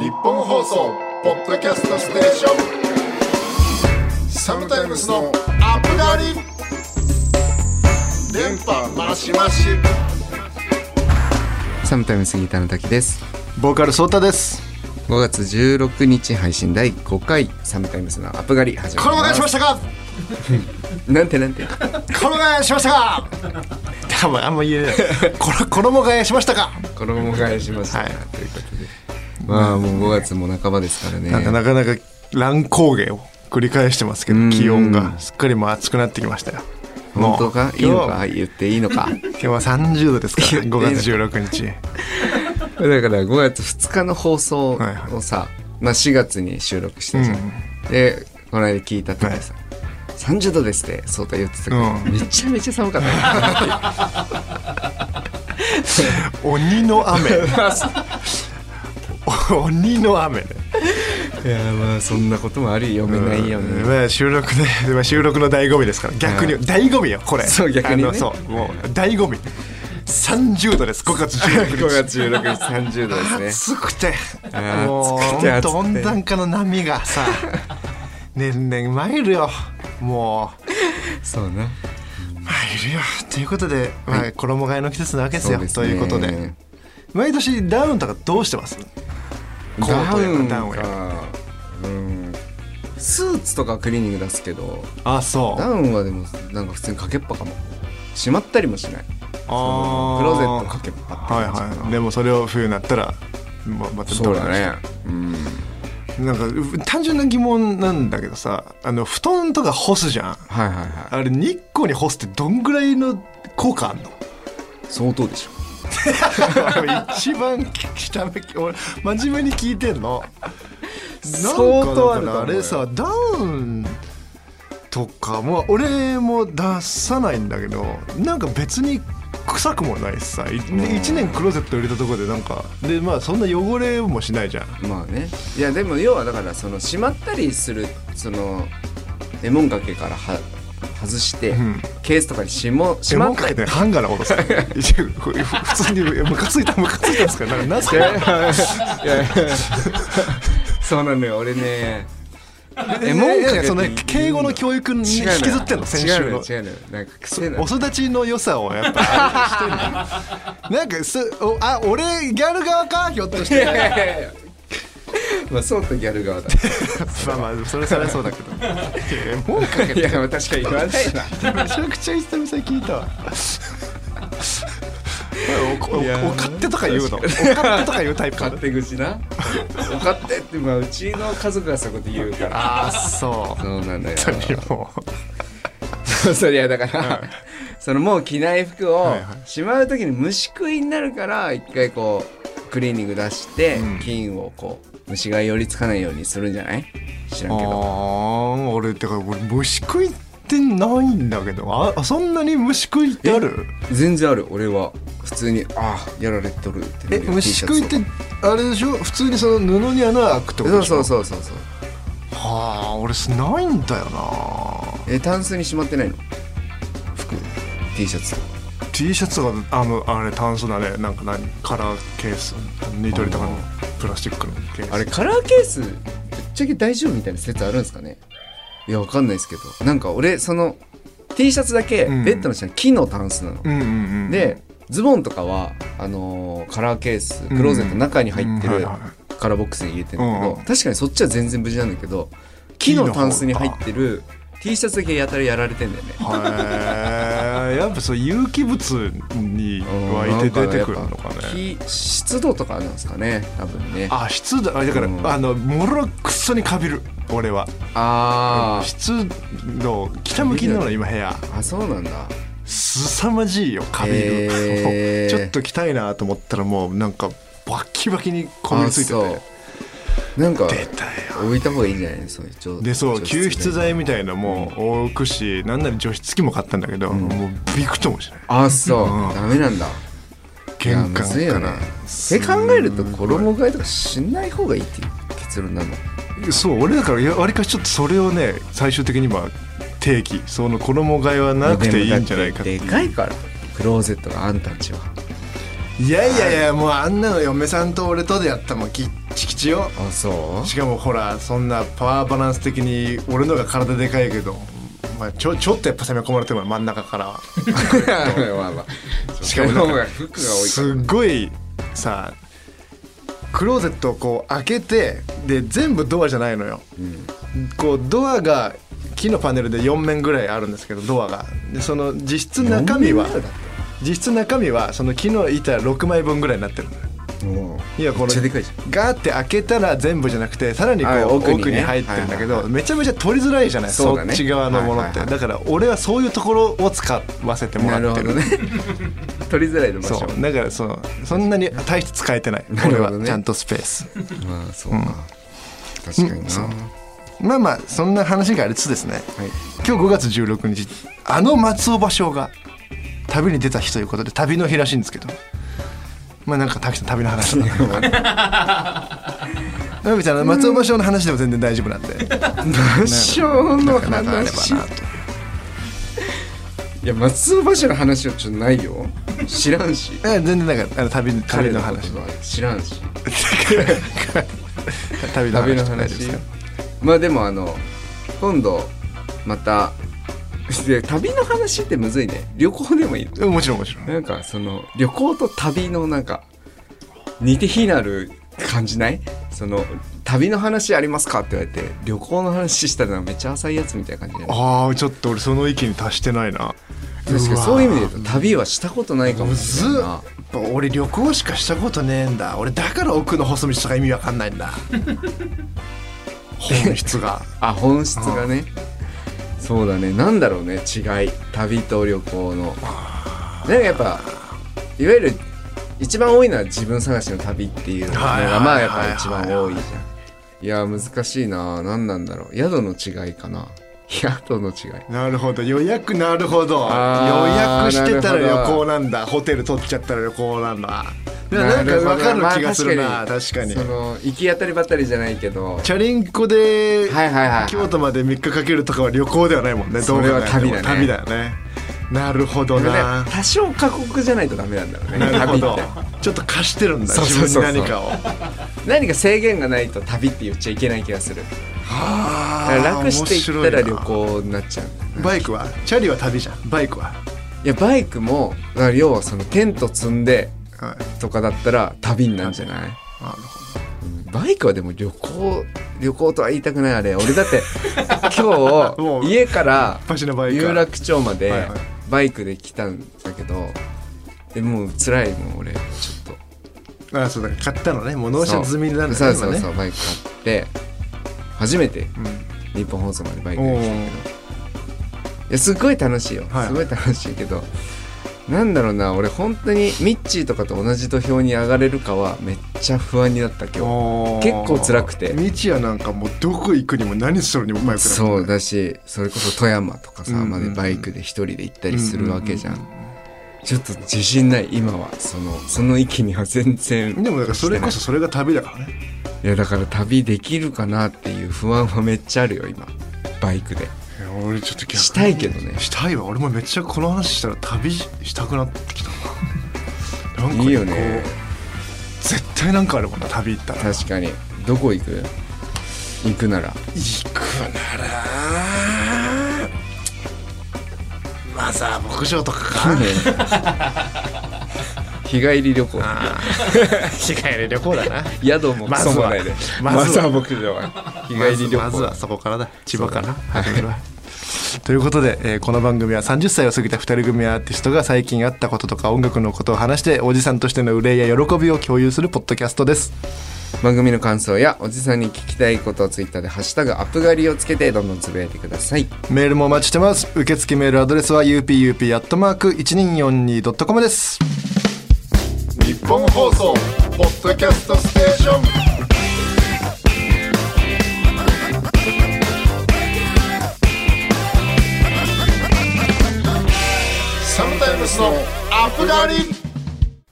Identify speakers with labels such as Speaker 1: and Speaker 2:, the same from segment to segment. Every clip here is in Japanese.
Speaker 1: 日本放送ポッドキャストステーションサムタイムスのアップガリ電波マシマシ
Speaker 2: サムタイムスギターの滝です
Speaker 3: ボーカルソータです
Speaker 2: 5月16日配信第5回サムタイムスのアップ狩り始まり
Speaker 1: これお
Speaker 2: ま
Speaker 1: 願い
Speaker 2: す
Speaker 1: しましたか
Speaker 2: なんてなん て
Speaker 1: これお願いしましたか
Speaker 3: 多分あんま言えない
Speaker 1: これ衣替えしましたか
Speaker 2: 衣替えしました、
Speaker 3: はい
Speaker 2: ということでまあもう5月も半ばですからね
Speaker 3: なんかなかなか乱高下を繰り返してますけど気温がすっかりもう暑くなってきましたよ
Speaker 2: 本当か
Speaker 3: もう
Speaker 2: いいの
Speaker 3: 今
Speaker 2: か言っていいの か
Speaker 3: 日は30度ですから
Speaker 2: い
Speaker 3: 5
Speaker 2: いの
Speaker 3: 月16日
Speaker 2: だから5月2日の放送
Speaker 3: はいはい
Speaker 2: をさ、まあ、4月に収録したじゃん、でこの間聞いた時さ、30度ですってそうた言ってたけど、
Speaker 3: うん
Speaker 2: めちゃめちゃ寒かったね
Speaker 3: 鬼の雨 鬼の雨ね
Speaker 2: いやまあそんなこともあるよ読めないよね、
Speaker 3: うんまあ収録ね、 まあ、収録の醍醐味ですから逆に、醍醐味よこれ
Speaker 2: そう逆にね
Speaker 3: あのそうもう醍醐味30度です5月16日
Speaker 2: 5月16日30度ですね
Speaker 3: 暑くて
Speaker 2: ー
Speaker 3: もう
Speaker 2: 暑くて
Speaker 3: 本当
Speaker 2: 暑くて
Speaker 3: 温暖化の波がさ年々参るよも
Speaker 2: そうな
Speaker 3: う参るよということで、まあ、衣替えの季節なわけですよということで毎年ダウンとかどうしてますコー
Speaker 2: ダ
Speaker 3: ト
Speaker 2: ウ
Speaker 3: やら
Speaker 2: ン
Speaker 3: ダウンやら
Speaker 2: かうんスーツとかクリーニング出すけど
Speaker 3: あそ
Speaker 2: ダウンはでもなんか普通にかけっぱかもしまったりもしない
Speaker 3: あー
Speaker 2: クローゼットかけっぱって
Speaker 3: はいはいでもそれを冬になったらままたどかして
Speaker 2: うん
Speaker 3: なんかう単純な疑問なんだけどさあの布団とか干すじゃん
Speaker 2: はいはいは
Speaker 3: あれ日光に干すってどんぐらいの効果あんの
Speaker 2: い相当でしょ
Speaker 3: 一番下目俺真面目に聞いてんの
Speaker 2: 相当あ
Speaker 3: な
Speaker 2: ると思うよ
Speaker 3: んかだからあれさダウンとかも俺も出さないんだけどなんか別に臭くもないしさ1年クローゼット入れたところでなんかでまあそんな汚れもしないじゃん
Speaker 2: まあねいやでも要はだからそのしまったりするそのレモンかけからは外して、
Speaker 3: ん
Speaker 2: ケースとかにしもし
Speaker 3: え
Speaker 2: ま
Speaker 3: もう
Speaker 2: っ
Speaker 3: か
Speaker 2: た
Speaker 3: け
Speaker 2: り
Speaker 3: てハンガーのことさ一応これ普通にムカついたムカついたんですかなんかなんすか
Speaker 2: そうなのよ俺ねえもうかけて
Speaker 3: その敬語の教育に
Speaker 2: 違
Speaker 3: 引
Speaker 2: うのよ
Speaker 3: きずってんの先週の
Speaker 2: 違うのよ違うのよなんか癖な
Speaker 3: お
Speaker 2: の
Speaker 3: 育ちの良さをやっぱあれしてるなんかすおあ俺ギャル側かひょっとし
Speaker 2: い
Speaker 3: て
Speaker 2: やいやいや まあそうとギャル側 だ
Speaker 3: まあまあそれそれはそうだけどいやもうかけ
Speaker 2: い
Speaker 3: て
Speaker 2: やまあ確かに言わないな
Speaker 3: めちゃくちゃ久々に聞いたわおおお
Speaker 2: いやー
Speaker 3: お勝手とか言うのお勝手とか言うタイプか
Speaker 2: 勝
Speaker 3: な
Speaker 2: 手口 なお勝手ってまあうちの家族がそういうこと言うから
Speaker 3: あそう
Speaker 2: そうなん だよ
Speaker 3: 本当にもう
Speaker 2: そう そりゃだから、 そのもう着ない服を
Speaker 3: はいは
Speaker 2: しまう時に虫食いになるから一回こうクリーニング出して、
Speaker 3: うん
Speaker 2: 菌をこう虫が寄りつかないようにするんじゃない知らんけど
Speaker 3: あー俺てか俺虫食いってないんだけどああそんなに虫食いってある
Speaker 2: 全然ある俺は普通にああやられとるってな
Speaker 3: え
Speaker 2: るよ
Speaker 3: 虫
Speaker 2: T シャ
Speaker 3: 食
Speaker 2: ツ
Speaker 3: いってあれでしょ普通にその布に穴が開くってこと
Speaker 2: そ
Speaker 3: で
Speaker 2: う
Speaker 3: しょ
Speaker 2: そうそうそうそう
Speaker 3: はあ俺すないんだよな
Speaker 2: えタンスにしまってないの服 T シャツ
Speaker 3: T シャツがあのあれ炭素だねなんか何カラーケースニトリとかのプラスチックのケース
Speaker 2: あれカラーケースぶっちゃけ大丈夫みたいな説あるんですかねいやわかんないですけどなんか俺その T シャツだけ
Speaker 3: うん
Speaker 2: ベッドの下に木のタンスなの、
Speaker 3: うんうんうん
Speaker 2: でズボンとかはあのーカラーケースクローゼットの中に入って
Speaker 3: うん
Speaker 2: る
Speaker 3: はいは
Speaker 2: カラーボックスに入れてるんだけど、
Speaker 3: うんうん
Speaker 2: 確かにそっちは全然無事なんだけど木のタンスに入ってる T シャツだけやたらやられてんだよね
Speaker 3: へえやっぱそう有機物に湧いて出てくるのかね
Speaker 2: ね湿度とかなんですかね多分ね
Speaker 3: あ湿度あだから、
Speaker 2: うん
Speaker 3: あのもろくっそにかびる俺は
Speaker 2: あ
Speaker 3: 湿度北向きなの今部屋
Speaker 2: ーあそうなんだ
Speaker 3: 凄まじいよカビる、
Speaker 2: へー
Speaker 3: ちょっと汚いなと思ったらもうなんかバッキバキにこびりついて
Speaker 2: あ
Speaker 3: て
Speaker 2: そうなんか
Speaker 3: 出たよ
Speaker 2: 置いた方がいいんじゃないそういうちょ
Speaker 3: でそう
Speaker 2: 除湿
Speaker 3: 吸湿剤みたいなのも多くし何なら除湿器も買ったんだけど、もうびくともしない
Speaker 2: あそう、
Speaker 3: うん
Speaker 2: ダメなんだ
Speaker 3: 玄関
Speaker 2: いや
Speaker 3: か
Speaker 2: むずいよね
Speaker 3: ら
Speaker 2: って考えると衣替えとかしない方がいいっていう結論なの
Speaker 3: そう俺だからやわりかしちょっとそれをね最終的には定義その衣替えはなくていいんじゃないかってい
Speaker 2: で
Speaker 3: う
Speaker 2: かいからクローゼットがあんたんちはい
Speaker 3: やいやいやもうあんなの嫁さんと俺とでやったらもうきっチキチよ
Speaker 2: あそ
Speaker 3: しかもほらそんなパワーバランス的に俺のが体でかいけど、まあ、ちょちょっとやっぱ攻め込まれてるもん真ん中から
Speaker 2: うまあまあ
Speaker 3: しかもなんか
Speaker 2: その方が服が多いか
Speaker 3: すっごいさクローゼットをこう開けてで全部ドアじゃないのよ、こうドアが木のパネルで4面ぐらいあるんですけどドアがでその実質中身は
Speaker 2: 四面ぐらいだっ
Speaker 3: 実質中身はその木の板6枚分ぐらいになってるのよ
Speaker 2: らもう
Speaker 3: いやこの
Speaker 2: めっちゃでかいじゃ
Speaker 3: ガーって開けたら全部じゃなくてさらにこ
Speaker 2: はいう奥
Speaker 3: 奥
Speaker 2: にね
Speaker 3: に入ってるんだけ
Speaker 2: はいはい
Speaker 3: どめちゃめちゃ取りづらいじゃない
Speaker 2: そ
Speaker 3: そ
Speaker 2: うだ
Speaker 3: っ
Speaker 2: ね
Speaker 3: ち側のものっ
Speaker 2: はい
Speaker 3: て
Speaker 2: はいは
Speaker 3: だから俺はそういうところを使わせて
Speaker 2: ん
Speaker 3: も
Speaker 2: な
Speaker 3: ら
Speaker 2: る
Speaker 3: っ
Speaker 2: ほ
Speaker 3: て
Speaker 2: ど
Speaker 3: る
Speaker 2: ね取りづらいの場所
Speaker 3: そうだからそのそんなに大して使えてない
Speaker 2: なる
Speaker 3: 俺
Speaker 2: ほどね
Speaker 3: はちゃんとスペース
Speaker 2: まあそうか、確かにな、
Speaker 3: まあまあそんな話がありつつですね
Speaker 2: はい
Speaker 3: 今日5月16日あの松尾芭蕉が旅に出た日ということで旅の日らしいんですけどまあなんか滝さん旅の話 だな別にあの松尾芭蕉の話でも全然大丈夫 なんで
Speaker 2: 場所の
Speaker 3: なんかあれば
Speaker 2: 話
Speaker 3: なと
Speaker 2: いや松尾橋の話はちょっとないよ知らんし
Speaker 3: え全然なんかあの旅の旅の 話
Speaker 2: 彼のことは知らんし
Speaker 3: 旅の
Speaker 2: 旅
Speaker 3: 話大丈
Speaker 2: の
Speaker 3: 夫で
Speaker 2: 話
Speaker 3: すか
Speaker 2: まあでもあの今度またいや旅の話ってむずいね旅行でもいい
Speaker 3: うんもちろんもちろん
Speaker 2: なんかその旅行と旅のなんか似て非なる感じないその旅の話ありますかって言われて旅行の話したらめっちゃ浅いやつみたいな感じで
Speaker 3: ああちょっと俺その域に達してないな
Speaker 2: 確かにそういう意味で言うと旅はしたことないかも
Speaker 3: む
Speaker 2: し
Speaker 3: ず
Speaker 2: れ
Speaker 3: っ
Speaker 2: ない
Speaker 3: や
Speaker 2: な
Speaker 3: っぱ俺旅行しかしたことねえんだ俺だから奥の細道とか意味わかんないん だ本質が
Speaker 2: あ本質がねそうだねなんだろうね違い旅と旅行のなんかやっぱいわゆる一番多いのは自分探しの旅っていうの
Speaker 3: はいはいはい
Speaker 2: が
Speaker 3: はい
Speaker 2: まあやっぱ一番多いじゃんいや難しいな何なんだろう宿の違いかな 宿の違い
Speaker 3: なるほど予約なるほど予
Speaker 2: あー
Speaker 3: 約してた
Speaker 2: なる
Speaker 3: ら
Speaker 2: ほ
Speaker 3: 旅
Speaker 2: ど
Speaker 3: 行なんだホテル取っちゃったら旅行なんだいやなんかわかる気がするな、
Speaker 2: まあ
Speaker 3: 確かに
Speaker 2: その行き当たりばったりじゃないけど
Speaker 3: チャリンコで
Speaker 2: はいはいはい
Speaker 3: 京都まで3日かけるとかは旅行ではないもんね
Speaker 2: それは旅だ
Speaker 3: どう考え
Speaker 2: ね
Speaker 3: ても旅だよねなるほど
Speaker 2: でもね
Speaker 3: な
Speaker 2: 多少過酷じゃないとダメなんだろうね
Speaker 3: なるほど
Speaker 2: 旅って
Speaker 3: ちょっと貸してるんだ
Speaker 2: そうそう
Speaker 3: 自
Speaker 2: そうそう
Speaker 3: 分に何かを
Speaker 2: 何か制限がないと旅って言っちゃいけない気がするだ
Speaker 3: あ
Speaker 2: か
Speaker 3: ー
Speaker 2: ら楽していったら旅
Speaker 3: 面白い
Speaker 2: 行になっちゃうんだよね
Speaker 3: なバイクはチャリは旅じゃんバイクは、
Speaker 2: いやバイクもだから要はそのテント積んで
Speaker 3: はい、なる
Speaker 2: とかだったら旅になるんじゃない
Speaker 3: ほど
Speaker 2: バイクはでも旅行旅行とは言いたくないあれ俺だって 今
Speaker 3: もう
Speaker 2: 日家から
Speaker 3: っ走りのバイクは
Speaker 2: 有楽町ま
Speaker 3: はい
Speaker 2: で
Speaker 3: はい
Speaker 2: バイクで来たんだけどでもう辛いもん俺ちょっと
Speaker 3: あーそうだ買ったのねもう納車済みなんだ
Speaker 2: そう
Speaker 3: ね
Speaker 2: そうそ
Speaker 3: 今
Speaker 2: うそ
Speaker 3: ね
Speaker 2: うバイク買って初めて日本放送までバイクで来たけど
Speaker 3: おー
Speaker 2: いやすごい楽しいよ、
Speaker 3: はい
Speaker 2: すごい楽しいけどなんだろうな俺本当にミッチーとかと同じ土俵に上がれるかはめっちゃ不安になった今
Speaker 3: おー
Speaker 2: 結構辛くて
Speaker 3: 道やなんかもうどこ行くにも何するにもバイクだもんね
Speaker 2: 日そうだしそれこそ富山とかさ
Speaker 3: うんうんうん
Speaker 2: までバイクで一人で行ったりするわけじゃん,、ちょっと自信ない今はそのその域には全然
Speaker 3: でもだからそれこそそれが旅だからね
Speaker 2: いやだから旅できるかなっていう不安はめっちゃあるよ今バイクで
Speaker 3: いや俺ちょっと逆に
Speaker 2: したいけどね
Speaker 3: したいわ俺もめっちゃこの話したら旅したくなってきたな なんかね
Speaker 2: いいよね
Speaker 3: こう絶対なんかあるもんな旅行ったら
Speaker 2: 確かにどこ行く行くなら
Speaker 3: 行くならまずは牧場とかか
Speaker 2: 日帰り旅行
Speaker 3: 日帰り旅行だな
Speaker 2: 宿もクソもないで
Speaker 3: まずは
Speaker 2: まずは牧場は日帰り旅行
Speaker 3: まずはそこからだ千葉から始めるわということで、えーこの番組は30歳を過ぎた2人組アーティストが最近あったこととか音楽のことを話しておじさんとしての憂いや喜びを共有するポッドキャストです
Speaker 2: 番組の感想やおじさんに聞きたいことをツイッターで「ハッシュタグアップ狩り」をつけてどんどんつぶやいてください
Speaker 3: メールもお待ちしてます受付メールアドレスは upup.1242.com です
Speaker 1: 日本放送ポッドキャストステーションサムタイムスのアップガリ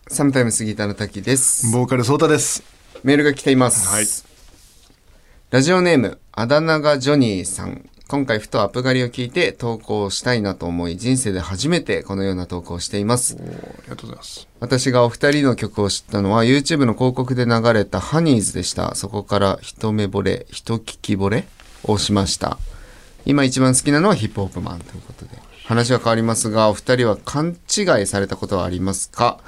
Speaker 2: サムタイム杉田の滝です
Speaker 3: ボーカルソータです
Speaker 2: メールが来ています、
Speaker 3: はい
Speaker 2: ラジオネームあだ名がジョニーさん今回ふとアップ狩りを聞いて投稿したいなと思い、人生で初めてこのような投稿をしています。
Speaker 3: ありがとうございます
Speaker 2: 私がお二人の曲を知ったのは YouTube の広告で流れたハニーズでした。そこから一目惚れ、一聞き惚れをしました。今一番好きなのはヒップホップマンということで。話は変わりますが、お二人は勘違いされたことはありますか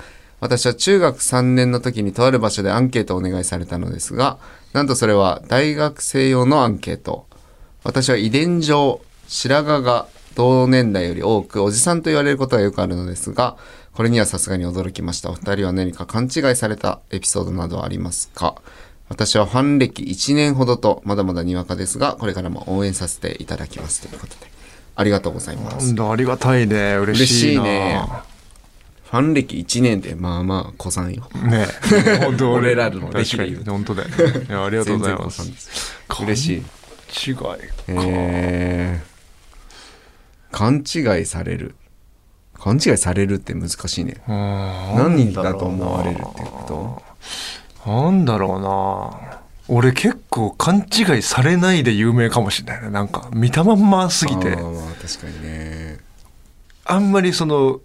Speaker 2: 私は中学3年の時にとある場所でアンケートをお願いされたのですが、なんとそれは大学生用のアンケート。私は遺伝上白髪が同年代より多くおじさんと言われることがよくあるのですがこれにはさすがに驚きましたお二人は何か勘違いされたエピソードなどはありますか私はファン歴1年ほどとまだまだにわかですがこれからも応援させていただきますということでありがとうございま
Speaker 3: な
Speaker 2: す
Speaker 3: んだありがたいね嬉しいな
Speaker 2: 嬉しファン歴1年でまあまあ子さんよ
Speaker 3: ねえ本当
Speaker 2: 俺ら の
Speaker 3: 確か
Speaker 2: で
Speaker 3: に
Speaker 2: きる
Speaker 3: 本当だよねいやありがとうございま
Speaker 2: 全然子さんですす嬉しい
Speaker 3: 違いか、
Speaker 2: えー、勘違いされる勘違いされるって難しいね
Speaker 3: うん
Speaker 2: 何だと思われるっていうこ
Speaker 3: なんだろうな俺結構勘違いされないで有名かもしれないねなんか見たまんます
Speaker 2: と
Speaker 3: ぎて
Speaker 2: あーまあ確かにね
Speaker 3: あんまりその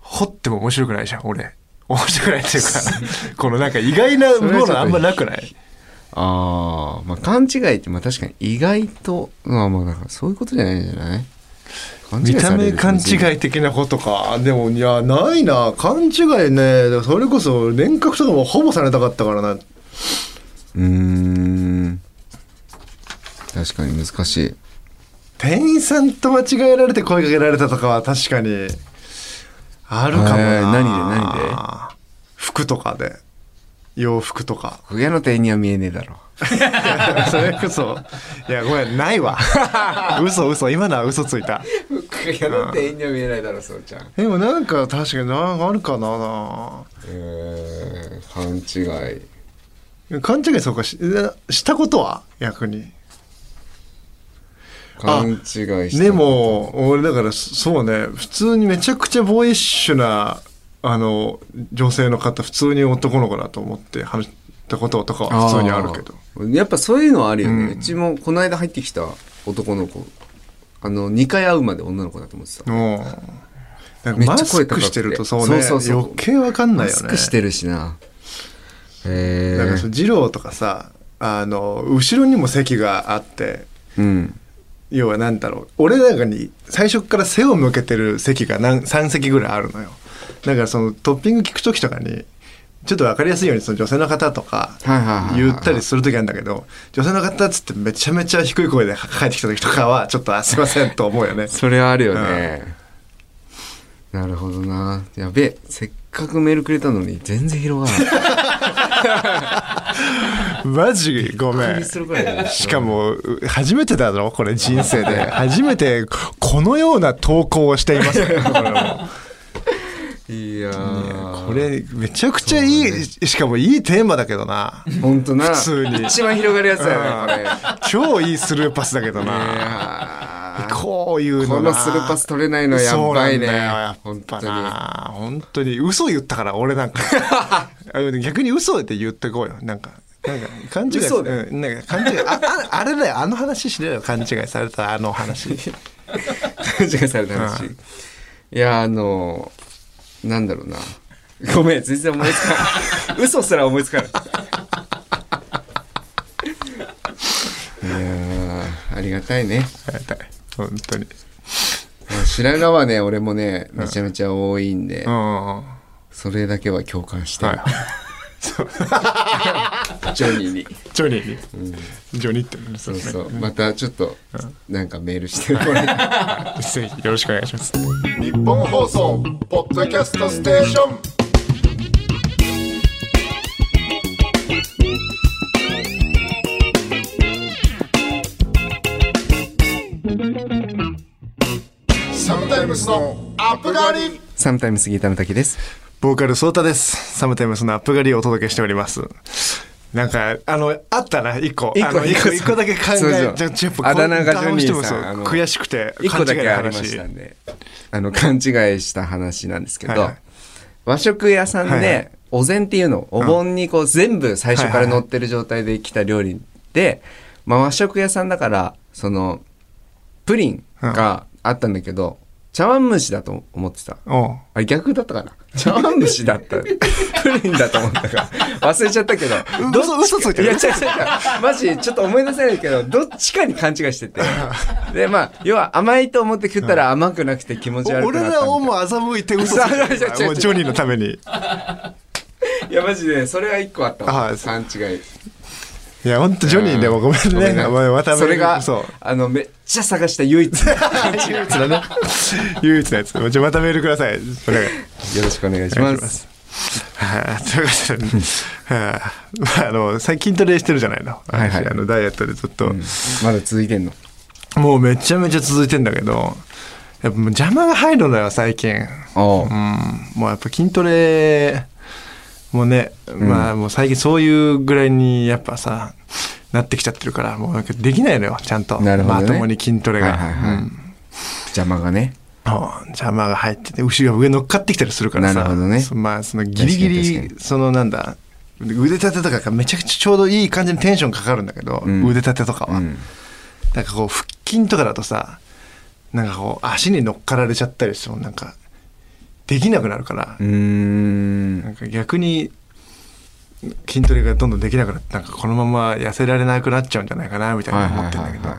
Speaker 3: 掘っても面白くないじゃん俺面白くない っていうかこのなんか意外なものあんまなくない
Speaker 2: ああまあ勘違いってまあ確かに意外とまあまあなんかそういうことじゃないんじゃない勘違
Speaker 3: 見
Speaker 2: い
Speaker 3: た
Speaker 2: され
Speaker 3: 目
Speaker 2: る
Speaker 3: 勘違い的なことかでもいやないな勘違いねそれこそ年賀来とかもほぼされたかったからな
Speaker 2: うーん確かに難しい
Speaker 3: 店員さんと間違えられて声かけられたとかは確かにあるかもな、
Speaker 2: えー何で
Speaker 3: で服とかで洋服とか
Speaker 2: 小屋の店員には見えねえだ ろ
Speaker 3: それこそいやごめんない わ嘘嘘今のは嘘ついた
Speaker 2: 小屋の店員には見えないだろそうちゃん
Speaker 3: でもなんか確かになあるかな
Speaker 2: えー、勘違い
Speaker 3: 勘違いそうかししたことは逆に
Speaker 2: 勘違いした
Speaker 3: でも俺だからそそうね普通にめちゃくちゃボーイッシュなあの女性の方普通に男の子だと思って話したこととかは普通にあるけど
Speaker 2: どやっぱそういうのはあるよね、
Speaker 3: う
Speaker 2: うんちもこの間入ってきた男の子あの2回会うまで女の子だと思ってた、
Speaker 3: もうなんか
Speaker 2: めっち
Speaker 3: マ
Speaker 2: ゃ声
Speaker 3: ス
Speaker 2: 高くて
Speaker 3: クしてるとそうね
Speaker 2: そうそうそう
Speaker 3: 余計わかんない
Speaker 2: マ
Speaker 3: よね
Speaker 2: スクしてるしなへ
Speaker 3: なんかそ
Speaker 2: え
Speaker 3: う二郎とかさあの後ろにも席があって
Speaker 2: うん
Speaker 3: 要は何だろう俺なんかに最初から背を向けてる席が何3席ぐらいあるのよだからそのトッピング聞く時とかにちょっと分かりやすいようにその女性の方とか
Speaker 2: はいはいはいはい
Speaker 3: 言ったりする時あるんだけど女性の方っつってめちゃめちゃ低い声で帰ってきた時とかはちょっとあすいませんと思うよね
Speaker 2: それはあるよね、なるほどなやべえせっかくメールくれたのに全然広が らない
Speaker 3: マジご
Speaker 2: びっ
Speaker 3: め
Speaker 2: く
Speaker 3: ん
Speaker 2: りするくらいだよね
Speaker 3: しかもう初めてだろこれ人生で初めてこのような投稿をしてい ますねこれも
Speaker 2: いやー
Speaker 3: これめちゃくちゃいい、しかもいいテーマだけどな
Speaker 2: ほんとな
Speaker 3: 普通に
Speaker 2: 一番広がるやつだよねこれい
Speaker 3: 超いいスルーパスだけどな
Speaker 2: やー
Speaker 3: こういうの
Speaker 2: このスルーパス取れないのやばいね
Speaker 3: そうなんだよやっぱな本当に嘘言ったから俺 なんかあ逆に嘘で言ってこうよなんかなんか勘違い
Speaker 2: 嘘で
Speaker 3: うんなんか勘違いあああれだよあの話しろよ勘違いされたあの 話
Speaker 2: 勘違いされた話、 いやあのなんだろうなごめん全然思いつか ない嘘すら思いつかないいやーありがたいね
Speaker 3: 本当に
Speaker 2: 白髪はね俺もねめちゃめちゃ多いんで、
Speaker 3: うんうんうん
Speaker 2: それだけは共感してる、
Speaker 3: はい
Speaker 2: ジョニーに
Speaker 3: ジョニーに、ジョニーって言うんです
Speaker 2: そ
Speaker 3: よ
Speaker 2: う
Speaker 3: ね
Speaker 2: そうまたちょっとなんかメールしてもらえたら
Speaker 3: ぜひよろしくお願いします
Speaker 1: 日本放送ポッドキャストステーションサムタイムスのアップガリ
Speaker 2: サムタイムスギータの滝です
Speaker 3: ボーカルソータです。サムタイムスのアップガリをお届けしております。なんか、あの、あったな、一個。
Speaker 2: 一個
Speaker 3: あの
Speaker 2: 一
Speaker 3: 一
Speaker 2: 個
Speaker 3: 個、一個だけ考え、
Speaker 2: そうそう
Speaker 3: じゃちょっと
Speaker 2: あだ名がジョ
Speaker 3: ど
Speaker 2: ニーさん
Speaker 3: うしてもそう
Speaker 2: あの
Speaker 3: 悔しくて、
Speaker 2: 一個だけありま
Speaker 3: 勘違い
Speaker 2: し
Speaker 3: の話
Speaker 2: たんであの勘違いした話なんですけど、
Speaker 3: はいはい
Speaker 2: 和食屋さんで、
Speaker 3: はいはい
Speaker 2: お膳っていうのお盆にこう全部最初から乗ってる状態で来た料理で、まあ、和食屋さんだからそのプリンがあったんだけど、茶碗蒸しだと思ってた。
Speaker 3: おう
Speaker 2: あれ逆だったかな茶碗蒸しだ った。プリンだと思ったから。忘れちゃったけど。どっ
Speaker 3: 嘘嘘ついて
Speaker 2: いや、違
Speaker 3: る
Speaker 2: う違う違う。マジ、ちょっと思い出せないけど、どっちかに勘違いし てて。で、まあ、要は甘いと思って食ったら甘くなくて気持ち悪
Speaker 3: お
Speaker 2: く
Speaker 3: 俺
Speaker 2: なったみたい
Speaker 3: ら
Speaker 2: な
Speaker 3: をもう欺いて嘘ついて
Speaker 2: 嘘違う違う違う
Speaker 3: るもうジョニーのために
Speaker 2: いや、マジで、それは一個あったわ。
Speaker 3: あそ
Speaker 2: 勘違い。
Speaker 3: いや本当ジョニーでもごめん
Speaker 2: ごめん
Speaker 3: ね
Speaker 2: な
Speaker 3: お前また
Speaker 2: それが
Speaker 3: そう、
Speaker 2: あの、めっちゃ探した唯一 の勘違い。
Speaker 3: 唯一だね唯一のやつじゃあまたメールくださいそれ
Speaker 2: よろしくお願いし
Speaker 3: お願
Speaker 2: ま
Speaker 3: いしますす。はあということで、はあまあ、あの最近筋トレしてるじゃないの,、
Speaker 2: いはい
Speaker 3: あのダイエットでずっと、
Speaker 2: まだ続いてんの
Speaker 3: もうめちゃめちゃ続いてんだけどやっぱもう邪魔が入るのよ最近
Speaker 2: お
Speaker 3: う
Speaker 2: う
Speaker 3: んもうやっぱ筋トレもね、まあもう最近そういうぐらいにやっぱさなってきちゃってるからもうなんかできないのよちゃんと、
Speaker 2: なるほどね
Speaker 3: まともに筋トレが、
Speaker 2: はいはいはい
Speaker 3: うん
Speaker 2: 邪魔がね。
Speaker 3: そう邪魔が入ってて牛が上乗っかってきたりするからさ
Speaker 2: なるほどね
Speaker 3: そまあそのギリギ
Speaker 2: 確かに確
Speaker 3: リそのなんだ腕立てとかがめちゃくちゃちょうどいい感じのテンションかかるんだけど、
Speaker 2: ん
Speaker 3: 腕立てとかは、
Speaker 2: うん
Speaker 3: なんかこう腹筋とかだとさなんかこう足に乗っかられちゃったりしてもなんかできなくなるから、
Speaker 2: うー
Speaker 3: なん
Speaker 2: ん。
Speaker 3: か逆に筋トレがどんどんできなくなってなんかこのまま痩せられなくなっちゃうんじゃないかなみたいな思ってんだけど、
Speaker 2: はい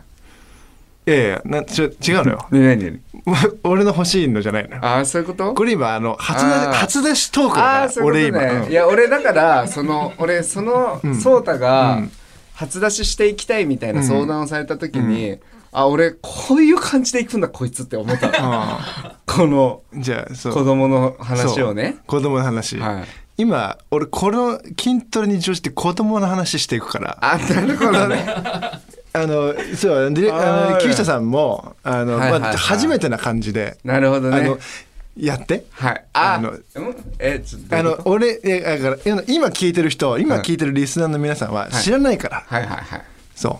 Speaker 3: やいやなちょ違うのよ
Speaker 2: で、何何
Speaker 3: 俺の欲しいのじゃないのよ
Speaker 2: ああ、そういうこと
Speaker 3: これ今あの初
Speaker 2: あー
Speaker 3: 出し初出しトークだ
Speaker 2: あ
Speaker 3: か
Speaker 2: あー
Speaker 3: ら
Speaker 2: そう
Speaker 3: 俺
Speaker 2: いうこと
Speaker 3: 今
Speaker 2: ね、
Speaker 3: うん
Speaker 2: いや俺だからその俺その颯太が初出ししていきたいみたいな相談をされた時に、あ俺こういう感じで行くんだこいつって思ったの この
Speaker 3: じゃあそう
Speaker 2: 子供の話をね
Speaker 3: そう子供の話、
Speaker 2: はい
Speaker 3: 今俺この筋トレに乗じて子供の話していくから
Speaker 2: あなるほど ね
Speaker 3: あのそうディレ
Speaker 2: あー
Speaker 3: あの木下さんもあの、
Speaker 2: はいはいはい
Speaker 3: まあ、初めてな感じで、
Speaker 2: なるほど
Speaker 3: あ
Speaker 2: ね
Speaker 3: のやって
Speaker 2: はいあ
Speaker 3: あの
Speaker 2: のえちょっと
Speaker 3: あ
Speaker 2: どうい
Speaker 3: の
Speaker 2: うこと
Speaker 3: 俺いやだから今聞いてる人今聞いてるリスナーの皆さんは知らないから、
Speaker 2: はいはいはい
Speaker 3: そ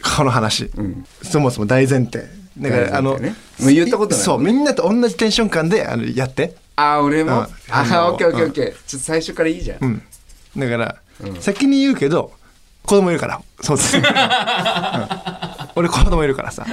Speaker 3: うこの話、
Speaker 2: ん
Speaker 3: そもそも大前提だから、あ
Speaker 2: 大前
Speaker 3: の
Speaker 2: 提ねもう言ったことない
Speaker 3: そうみんなと同じテンション感であのやって
Speaker 2: あ俺も、
Speaker 3: うん
Speaker 2: ああ
Speaker 3: うん
Speaker 2: オッケーオッケーオッケー、ちょっと最初からいいじゃん、
Speaker 3: うんだから、先に言うけど子供いるからそう です、うん、俺子供いるからさ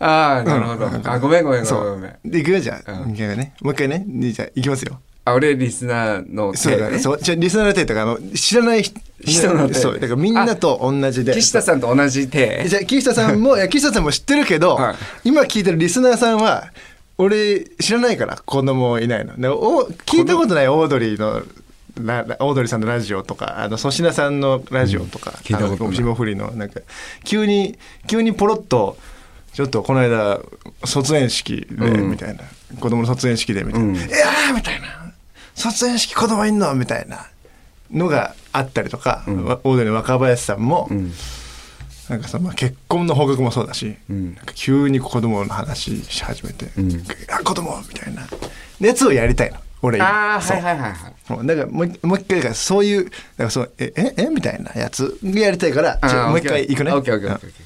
Speaker 2: ああなるほど、あごめんごめんご
Speaker 3: そ
Speaker 2: めんごめん
Speaker 3: うでいくよじゃあ、
Speaker 2: うん
Speaker 3: いくよねもう一回ねじゃあいきますよ
Speaker 2: あ俺リスナーの
Speaker 3: そうだ
Speaker 2: 手
Speaker 3: か
Speaker 2: ね
Speaker 3: らそうじゃあリスナーの手とかあの知らない人
Speaker 2: 人の手
Speaker 3: そうだからみんなと同じで
Speaker 2: 岸田さんと同じ手
Speaker 3: じゃあ岸田さん もいや岸田さんも知ってるけど、
Speaker 2: はい
Speaker 3: 今聞いてるリスナーさんは俺知らないから子供いないのでお聞いたことないオードリーのララオードリーさんのラジオとかあの粗品さんのラジオとか、
Speaker 2: 聞いたことない
Speaker 3: あの霜降りのなんか急に急にポロッとちょっとこの間卒園式で、みたいな子供の卒園式でみたいな「
Speaker 2: うん
Speaker 3: いやー」みたいな「卒園式子供いんの?」みたいなのがあったりとか、わオードリーの若林さんも。
Speaker 2: ん
Speaker 3: なんかさ、まあ、結婚の報告もそうだし、
Speaker 2: ん
Speaker 3: なんか急に子供の話し始めて「
Speaker 2: ん
Speaker 3: あ子供みたいな熱をやりたいの俺
Speaker 2: ああ
Speaker 3: そ
Speaker 2: は
Speaker 3: う
Speaker 2: いはいはいはい
Speaker 3: もうだからもう一もう一回だからそういうだからそうえええみたいなやつやりたいからちょ
Speaker 2: あー
Speaker 3: もう一回いくね
Speaker 2: オッケーオッケーオッケーオッケーオッ
Speaker 3: う
Speaker 2: ケ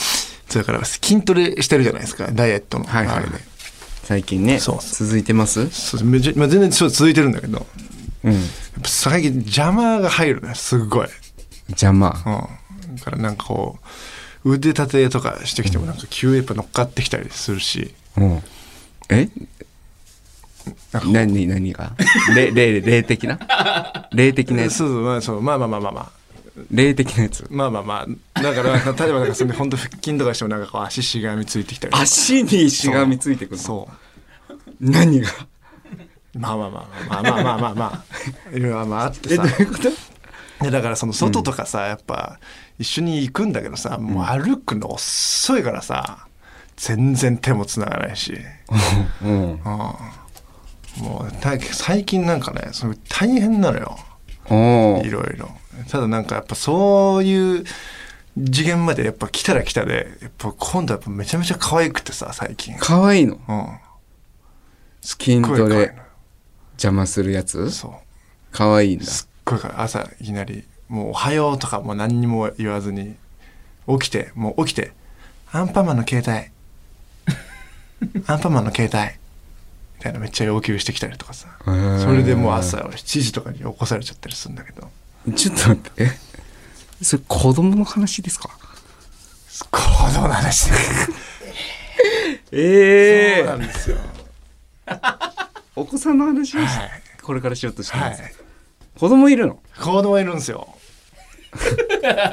Speaker 3: んそれから筋トレしてるじゃないですかダイエットのあ
Speaker 2: は
Speaker 3: れ
Speaker 2: い
Speaker 3: で、
Speaker 2: はいはい最近ね
Speaker 3: そう
Speaker 2: 続いてます
Speaker 3: そうめちゃまあ、全然そう続いてるんだけどやっ
Speaker 2: うん
Speaker 3: ぱ最近邪魔が入るねすごい。
Speaker 2: 邪魔
Speaker 3: うん、だからなんかこう腕立てとかしてきてもなんか急にやっぱ乗っかってきたりするし、
Speaker 2: うんえ
Speaker 3: なんか
Speaker 2: 何何が霊霊霊的 な霊的なやつ
Speaker 3: そうそうまあそうまあまあまあまあまあ
Speaker 2: 霊的なやつ
Speaker 3: まあまあまあだからなんか例えばなんかそれで本当腹筋とかしてもなんかこう足しがみついてきたりとか
Speaker 2: 足にしがみついてくるの
Speaker 3: そ
Speaker 2: 何が
Speaker 3: うまあまあまあまあまあまあまあま あいろいろまああって
Speaker 2: えど
Speaker 3: さ
Speaker 2: ういうこと
Speaker 3: でだからその外とかさ、やっぱ一緒に行くんだけどさもう歩くの遅いからさ全然手もつながないし。
Speaker 2: うん
Speaker 3: もうた最近なんかねそれ大変なのよ
Speaker 2: お
Speaker 3: い
Speaker 2: ー
Speaker 3: ろいろただなんかやっぱそういう次元までやっぱ来たら来たでやっぱ今度はやっぱめちゃめちゃ可愛くてさ最近
Speaker 2: かわいいの
Speaker 3: うん
Speaker 2: 筋
Speaker 3: すっごい可
Speaker 2: ト
Speaker 3: 愛い
Speaker 2: レ邪魔するやつ
Speaker 3: のそう
Speaker 2: かわいいんだ
Speaker 3: すっごい可愛い朝いきなり「もうおはよう」とかもう何にも言わずに起きてもう起きて「アンパンマンの携帯」「アンパンマンの携帯」みたいなめっちゃ要求してきたりとかさ
Speaker 2: へー
Speaker 3: それでもう朝7時とかに起こされちゃったりするんだけど
Speaker 2: ちょっと待ってえそれ子供の話ですか
Speaker 3: 子供の話で
Speaker 4: ええ
Speaker 3: そうなんですよ
Speaker 4: お子さんの話をし
Speaker 3: はい
Speaker 4: これからしようとして
Speaker 3: は
Speaker 4: ます、
Speaker 3: い
Speaker 4: 子供いるの
Speaker 3: 子供いるんですよ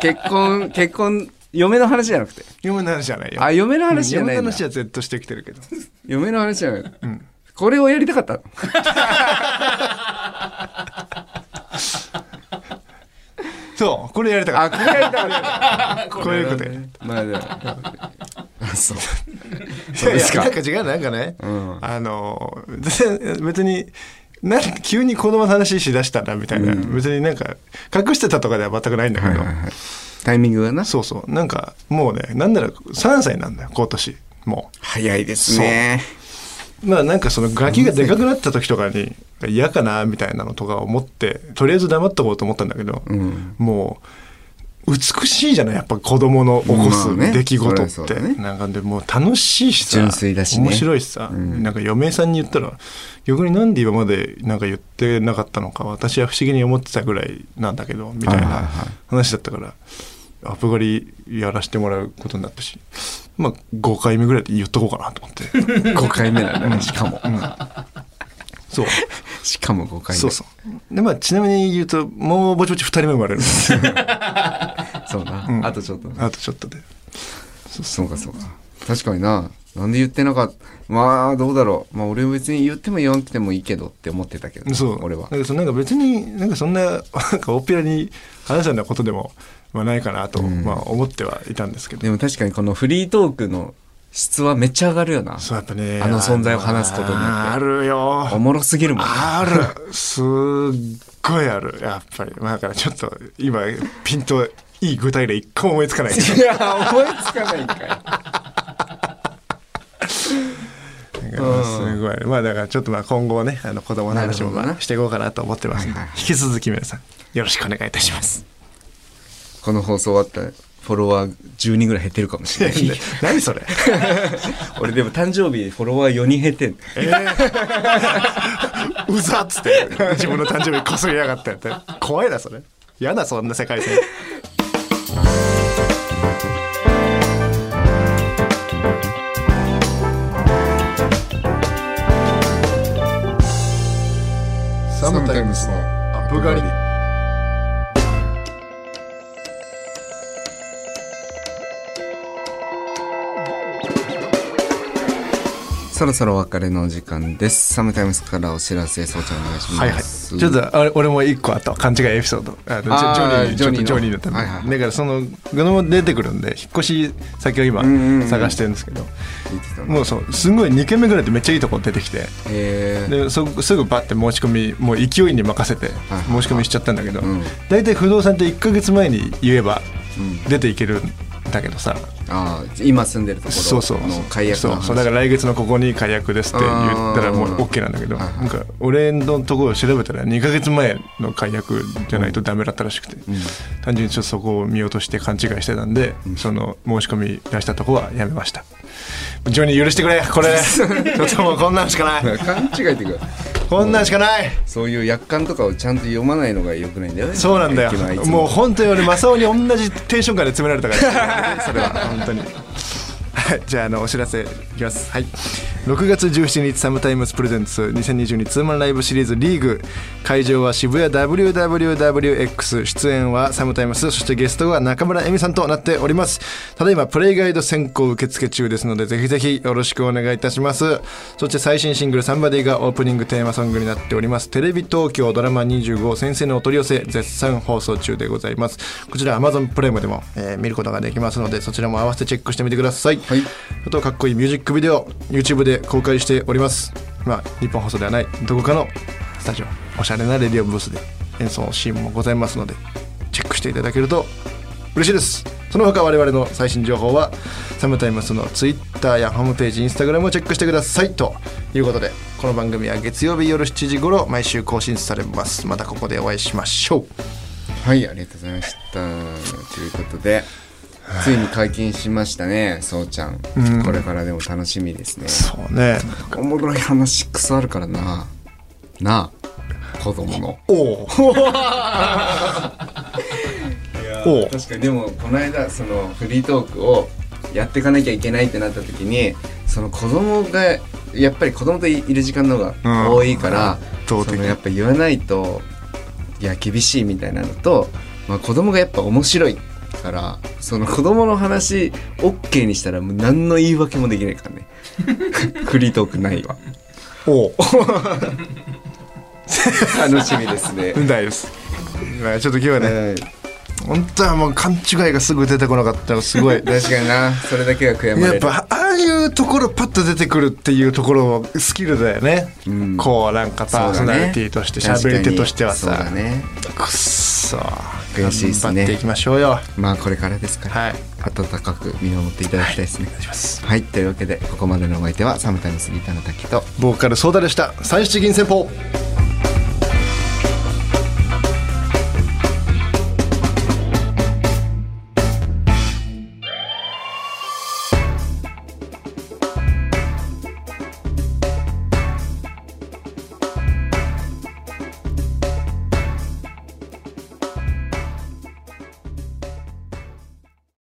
Speaker 4: 結婚 結婚嫁の話じゃなくて
Speaker 3: 嫁の話じゃないよ
Speaker 4: あ嫁の話じゃな
Speaker 3: 嫁
Speaker 4: い
Speaker 3: の
Speaker 4: んだ、
Speaker 3: 話は Z してきてるけど
Speaker 4: 嫁の話じゃない、これをやりたかったの
Speaker 3: そうこれやりたか
Speaker 4: あ
Speaker 3: っ
Speaker 4: これやりたかった
Speaker 3: たこういうことで
Speaker 4: まあでも
Speaker 2: そう
Speaker 3: そう
Speaker 4: ですか
Speaker 3: なんか違うなんかね、
Speaker 4: ん
Speaker 3: あの 全然別になんか急に子供の話しだしたなみたいな、別になんか隠してたとかでは全くないんだけど、
Speaker 4: タイミングがな
Speaker 3: そうそうなんかもうねなんなら3歳なんだよ今年も
Speaker 4: 早いですね
Speaker 3: うまあなんかそのガキがでかくなった時とかに嫌かなみたいなのとか思ってとりあえず黙っとこうと思ったんだけど、もう美しいじゃないやっぱ子供の起こ
Speaker 4: まあ
Speaker 3: す
Speaker 4: ね
Speaker 3: 出来事って、
Speaker 4: そりゃそうだね
Speaker 3: なんかでもう楽しいしさ
Speaker 2: 純粋だしね
Speaker 3: 面白いしさ、なんか嫁さんに言ったら逆になんで今までなんか言ってなかったのか私は不思議に思ってたぐらいなんだけどみたい
Speaker 2: はいはい
Speaker 3: な
Speaker 2: はい
Speaker 3: 話だったからアプガリやらせてもらうことになったしまあ5回目ぐらいで言っとこうかなと思って
Speaker 4: 5回目なんだねしかも
Speaker 3: そう
Speaker 2: しかも5回目
Speaker 3: そうそうでまあちなみに言うともうぼちぼち2人目生まれる
Speaker 2: そうな、
Speaker 3: ん
Speaker 2: あとちょっと
Speaker 3: あとちょっとで
Speaker 2: そうかそうか確かにななんで言ってなかったまあどうだろうまあ俺別に言っても言わなくてもいいけどって思ってたけど
Speaker 3: そう
Speaker 2: 俺は
Speaker 3: なんかそのなんか別になんかそんななんか大っぴらに話すようなことでもまあないかなと、まあ思ってはいたんですけど
Speaker 2: でも確かにこのフリートークの質はめっちゃ上がるよな
Speaker 3: そうやっぱね
Speaker 2: あの存在を話すことによって
Speaker 3: あーあるよ
Speaker 2: おもろすぎるもんね
Speaker 3: あるすっごいあるやっぱりまあだからちょっと今ピンといい具体例一個も思いつかないけど
Speaker 4: いや思いつかないんかい
Speaker 3: なんかまあすごい、まあだからちょっとまあ今後はねあの子供の話も
Speaker 2: なるほど
Speaker 3: ま
Speaker 2: な
Speaker 3: あしていこうかなと思ってますんで、引き続き皆さんよろしくお願いいたします。
Speaker 2: この放送終わったらフォロワー10人ぐらい減ってるかもしれない
Speaker 3: 何それ
Speaker 2: 俺でも誕生日フォロワー4人減ってん
Speaker 3: うざっつって自分の誕生日こすりやがってって怖いなそれ嫌だそんな世界線
Speaker 1: サムタイムスのアップガリ
Speaker 2: そろそろお別れのお時間ですサムタイムスからお知らせそうちゃんお願いします
Speaker 3: はいはいちょっとあれ俺も一個あったわ勘違いエピソードあの
Speaker 2: あー
Speaker 3: ジョニーにち
Speaker 2: ジ
Speaker 3: ょっとジョ
Speaker 2: ョニ
Speaker 3: ニ
Speaker 2: ー
Speaker 3: ーの
Speaker 2: の
Speaker 3: た
Speaker 2: はいはいはい
Speaker 3: めだからその子供出てくるんで引っ越し先を今探してるんですけど
Speaker 2: 聞いてたの
Speaker 3: もうそうすごい2軒目ぐらいでめっちゃいいとこ出てきて
Speaker 2: えー
Speaker 3: でそすぐバッて申し込みもう勢いに任せて
Speaker 2: はい
Speaker 3: 申し込みしちゃったんだけど
Speaker 2: ん
Speaker 3: 大体、不動産って1か月前に言えば出ていけるんだけどさ、
Speaker 2: あー今住んでるところの
Speaker 3: そうそう
Speaker 2: 解約の
Speaker 3: そう
Speaker 2: 話
Speaker 3: そうだから来月のここに解約ですって言ったらもう
Speaker 2: あー
Speaker 3: OK なんだけどなんか俺のところを調べたら2か月前の解約じゃないとダメだったらしくて、単純にちょっとそこを見落として勘違いしてたんで、その申し込み出したとこはやめましたジョニー許してくれこ れちょっともうこんなんしかない
Speaker 2: 勘違いっていうか
Speaker 3: こんなんしかない
Speaker 2: そういう約款とかをちゃんと読まないのが良くないんだよね
Speaker 3: そうなんだよ
Speaker 2: 駅のあいつ
Speaker 3: もう本当に俺正雄に同じテンション感で詰められたからそれは本当にはいじゃああのお知らせいきますはい6月17日サムタイムスプレゼンツ2022ツーマンライブシリーズリーグ会場は渋谷 WWWX 出演はサムタイムスそしてゲストは中村恵美さんとなっておりますただいまプレイガイド選考受付中ですのでぜひぜひよろしくお願いいたしますそして最新シングル「サンバディ」がオープニングテーマソングになっておりますテレビ東京ドラマ25先生のお取り寄せ絶賛放送中でございますこちら Amazon プライムでも、えー見ることができますのでそちらも合わせてチェックしてみてください、
Speaker 2: はい
Speaker 3: あとかっこいいミュージックビデオ YouTube で公開しておりますまあ日本放送ではないどこかのスタジオおしゃれなレディオブースで演奏シーンもございますのでチェックしていただけると嬉しいですその他我々の最新情報はサムタイムスの Twitter やホームページ Instagram をチェックしてくださいということでこの番組は月曜日夜7時頃毎週更新されますまたここでお会いしましょう
Speaker 2: はいありがとうございましたということでついに解禁しましたねそうちゃん、これからでも楽しみですね
Speaker 3: そうね
Speaker 2: おもろい話くそあるからななあ子供の
Speaker 3: お おおう
Speaker 2: 確かにでもこの間そのフリートークをやっていかなきゃいけないってなった時にその子供がやっぱり子供といいる時間の方が多いから、
Speaker 3: うん圧倒
Speaker 2: そ
Speaker 3: 的
Speaker 2: のやっぱ言わないといや厳しいみたいなのと、まあ、子供がやっぱ面白いからその子供の話 OK にしたらもう何の言い訳もできな いからねフリートークないわ
Speaker 3: おう
Speaker 2: 楽しみです
Speaker 3: 大
Speaker 2: ね
Speaker 3: 丈夫ですまあちょっと今日はね、
Speaker 2: うん
Speaker 3: 本当はもう勘違いがすぐ出てこなかったのす ごい
Speaker 2: 確かになそれだけが悔やまれ
Speaker 3: や
Speaker 2: る
Speaker 3: っぱああいうところパッと出てくるっていうところもスキルだよね、
Speaker 2: ん
Speaker 3: こうなんかパーソナリティとして
Speaker 2: そうだね
Speaker 3: 喋、り手としては
Speaker 2: 確
Speaker 3: さ
Speaker 2: かにそうだね
Speaker 3: くっそ
Speaker 2: 悔しいっす
Speaker 3: 頑張
Speaker 2: ね
Speaker 3: っていきましょうよ
Speaker 2: まあこれからですから、
Speaker 3: はい
Speaker 5: 温かく見守っていただきたいですね、はい、というわけでここまでのお相手はサムタイムスギターの滝と
Speaker 3: ボーカルソーダでした三七銀戦法